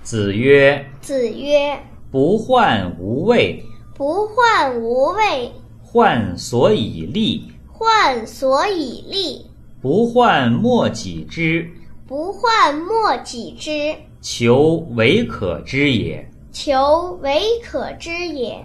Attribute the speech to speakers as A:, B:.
A: 子曰
B: 子曰：“
A: 不患无位，：“
B: 不患无位，
A: 患所以立；
B: 患所以立；
A: 不患莫己知，
B: 不患莫己知。
A: 求为可知也。”
B: 求为可知也。”